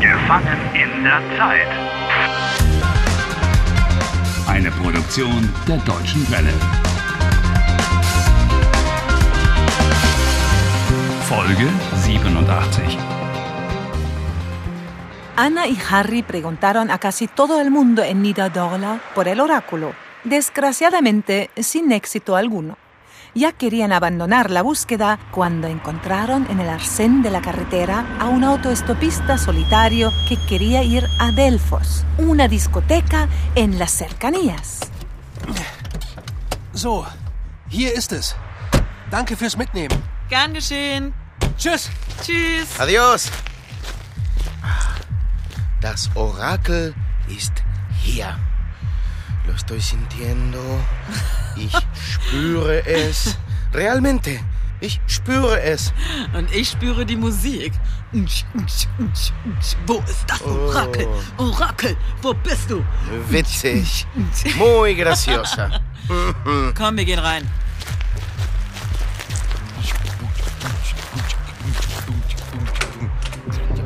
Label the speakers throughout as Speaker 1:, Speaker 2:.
Speaker 1: Gefangen in der Zeit.
Speaker 2: Eine Produktion der Deutschen Welle. Folge 87.
Speaker 3: Ana y Harry preguntaron a casi todo el mundo en Nidadorla por el oráculo, desgraciadamente sin éxito alguno. Ya querían abandonar la búsqueda cuando encontraron en el arsén de la carretera a un autoestopista solitario que quería ir a Delfos, una discoteca en las cercanías.
Speaker 4: So, hier ist es. Danke fürs Mitnehmen.
Speaker 5: Gern geschehen.
Speaker 4: Tschüss.
Speaker 5: Tschüss.
Speaker 6: Adios. Das Orakel ist hier. Lo estoy sintiendo. Ich spüre es. Realmente. Ich spüre es.
Speaker 5: Und ich spüre die Musik. Unsch, unsch, unsch, unsch. Wo ist das Orakel? Orakel, wo bist du?
Speaker 6: Witzig. Muy graciosa.
Speaker 5: Komm, wir gehen rein.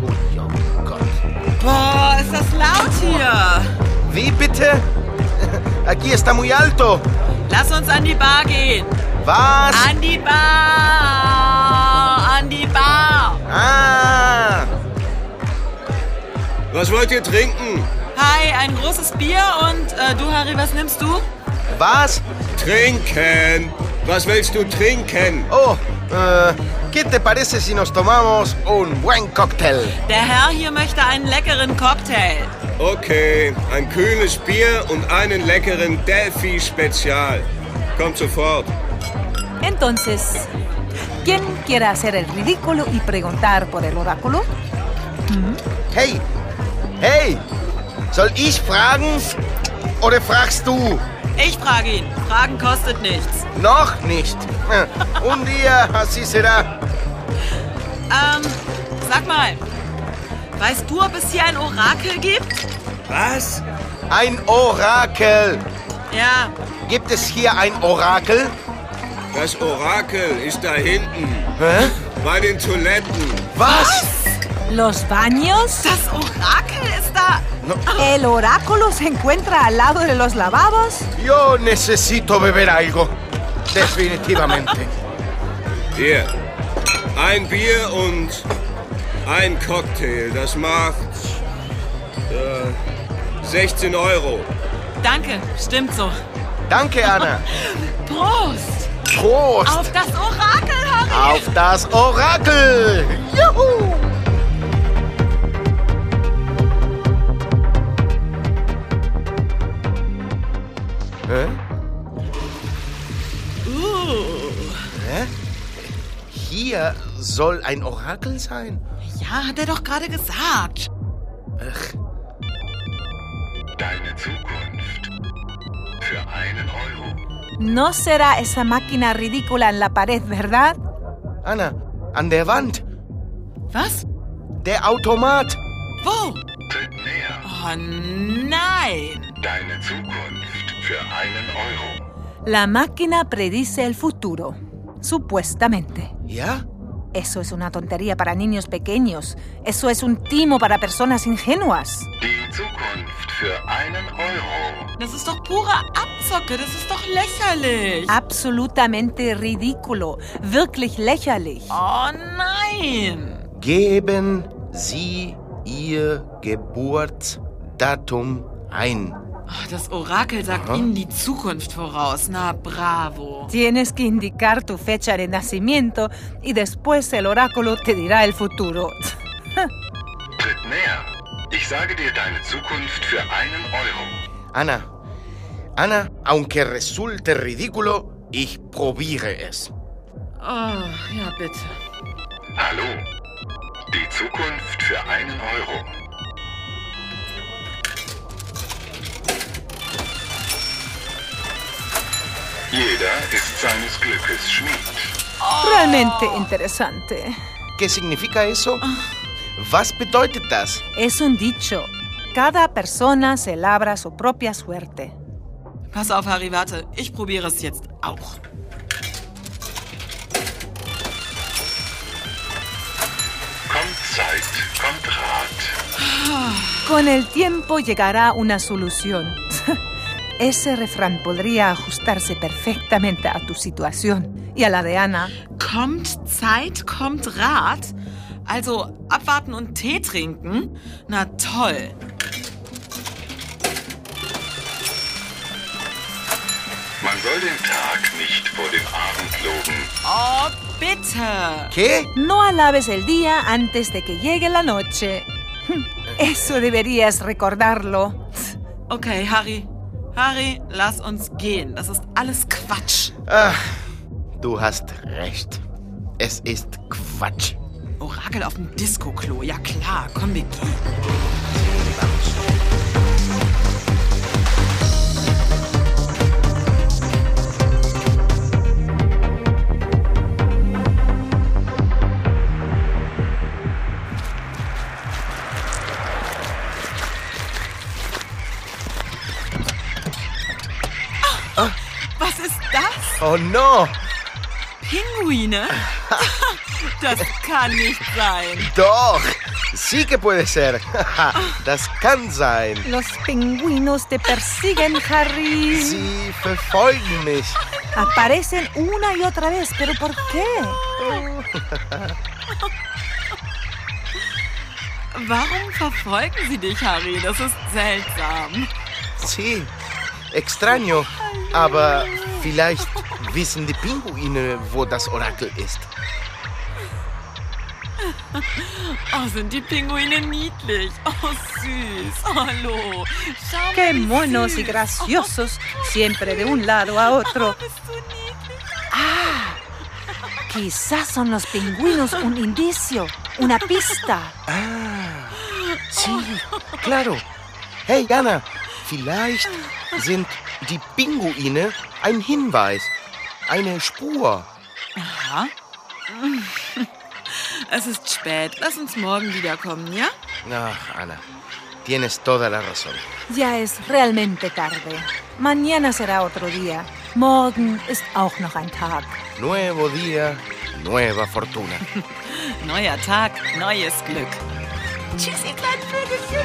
Speaker 6: Oh Gott.
Speaker 5: Boah, ist das laut hier.
Speaker 6: Wie bitte? Aquí está muy alto.
Speaker 5: Lass uns an die Bar gehen.
Speaker 6: Was?
Speaker 5: An die Bar. An die Bar.
Speaker 6: Ah.
Speaker 7: Was wollt ihr trinken?
Speaker 5: Hi, ein großes Bier und äh, du, Harry, was nimmst du?
Speaker 6: Was?
Speaker 7: Trinken! Was willst du trinken?
Speaker 6: Oh, äh, ¿qué te parece si nos tomamos un buen cóctel?
Speaker 5: Der Herr hier möchte einen leckeren Cocktail.
Speaker 7: Okay, ein kühles Bier und einen leckeren Delphi-Spezial. Kommt sofort.
Speaker 3: Entonces, ¿quién quiere hacer el ridículo y preguntar por el oráculo?
Speaker 6: Hey, hey, soll ich fragen oder fragst du?
Speaker 5: Ich frage ihn. Fragen kostet nichts.
Speaker 6: Noch nicht. Un día así será.
Speaker 5: Ähm, sag mal, weißt du, ob es hier ein Orakel gibt?
Speaker 7: Was?
Speaker 6: Ein Orakel.
Speaker 5: Ja,
Speaker 6: Gibt es hier ein Orakel?
Speaker 7: Das Orakel ist da hinten. Bei den Toiletten.
Speaker 6: Was?
Speaker 3: ¿Los baños?
Speaker 5: das Orakel ist da.
Speaker 3: ¿El oráculo se encuentra al lado de los lavabos?
Speaker 6: Yo necesito beber algo. Definitivamente.
Speaker 7: Hier. Ein Bier und ein Cocktail. Das macht äh, 16 Euro.
Speaker 5: Danke, stimmt so.
Speaker 6: Danke, Anna.
Speaker 5: Prost!
Speaker 6: Prost
Speaker 5: Auf das Orakel, Harry!
Speaker 6: auf das Orakel. Juhu. Hä?
Speaker 5: Uh,
Speaker 6: Hä? Hier soll ein Orakel sein.
Speaker 5: ja, hat er doch gerade gesagt.
Speaker 2: Deine Zukunft. Für einen Euro.
Speaker 3: No será esa máquina ridícula en la pared, ¿verdad?
Speaker 6: Anna, an der Wand.
Speaker 5: Was?
Speaker 6: Der Automat.
Speaker 5: Wo? Oh nein!
Speaker 2: Deine Zukunft. Für einen Euro.
Speaker 3: La máquina predice el futuro, supuestamente.
Speaker 6: Ja?
Speaker 3: Eso es una tontería para niños pequeños. Eso es un timo para personas ingenuas.
Speaker 2: Die Zukunft für einen Euro.
Speaker 5: Das ist doch pure Abzocke, das ist doch lächerlich.
Speaker 3: Absolutamente ridículo. Wirklich lächerlich.
Speaker 5: Oh nein!
Speaker 6: Geben Sie Ihr Geburtsdatum ein.
Speaker 5: Oh, das Orakel sagt Ihnen die Zukunft voraus. Na, bravo.
Speaker 3: Tienes que indicar tu fecha de nacimiento y después el oráculo te dirá el futuro.
Speaker 2: Tritt näher. Ich sage dir deine Zukunft für einen Euro.
Speaker 6: Anna, Anna, aunque resulte ridículo, ich probiere es.
Speaker 5: Oh, ja, bitte.
Speaker 2: Hallo. Die Zukunft für einen Euro. Jeder ist seines Glückes Schmied.
Speaker 3: Realmente interesante.
Speaker 6: ¿Qué significa eso? Was bedeutet das?
Speaker 3: Es un dicho. Cada persona se labra su propia suerte.
Speaker 5: Pass auf, Harry, warte. Ich probiere es jetzt auch.
Speaker 2: Kommt Zeit, kommt Rat.
Speaker 3: Con el tiempo llegará una solución. Ese refrán podría ajustarse perfectamente a tu situación y a la de Ana.
Speaker 5: Kommt Zeit, kommt Rat. Also abwarten und Tee trinken? Na toll.
Speaker 2: Man soll den Tag nicht vor dem Abend loben.
Speaker 5: Oh, bitte.
Speaker 6: ¿Qué?
Speaker 3: No alabes el día antes de que llegue la noche. Eso deberías recordarlo.
Speaker 5: Okay, Harry. Harry, lass uns gehen. Das ist alles Quatsch.
Speaker 6: Ah, du hast recht. Es ist Quatsch.
Speaker 5: Orakel auf dem Disco-Klo. Ja klar, komm, wir gehen. Ah, Was ist das?
Speaker 6: Oh no,
Speaker 5: Pinguine? Das kann nicht sein.
Speaker 6: doch. Sí que puede ser. Das kann sein.
Speaker 3: Los pingüinos te persiguen, Harry.
Speaker 6: Sie verfolgen mich.
Speaker 3: Aparecen una y otra vez, pero ¿por qué?
Speaker 5: Warum verfolgen sie dich, Harry? Das ist seltsam.
Speaker 6: Sí, extraño. Aber vielleicht wissen die Pinguine, wo das Orakel ist.
Speaker 5: Oh, sind die Pinguine niedlich. Oh, süß. Hallo. Schau mal,
Speaker 3: Qué
Speaker 5: wie
Speaker 3: monos y
Speaker 5: süß.
Speaker 3: graciosos, siempre de un lado a otro.
Speaker 5: Bist du niedlich?
Speaker 3: Quizás son los pingüinos un indicio, una pista.
Speaker 6: Sí, claro. Hey, Jana, vielleicht sind die Pinguine ein Hinweis, eine Spur.
Speaker 5: Ja. Es ist spät. Lass uns morgen wiederkommen, ja?
Speaker 6: Ach, Ana, tienes toda la razón.
Speaker 3: Ya es realmente tarde. Mañana será otro día. Morgen ist auch noch ein Tag.
Speaker 6: Nuevo día, nueva fortuna.
Speaker 5: Neuer Tag, neues Glück. Tschüss, ihr kleinen Vögelchen.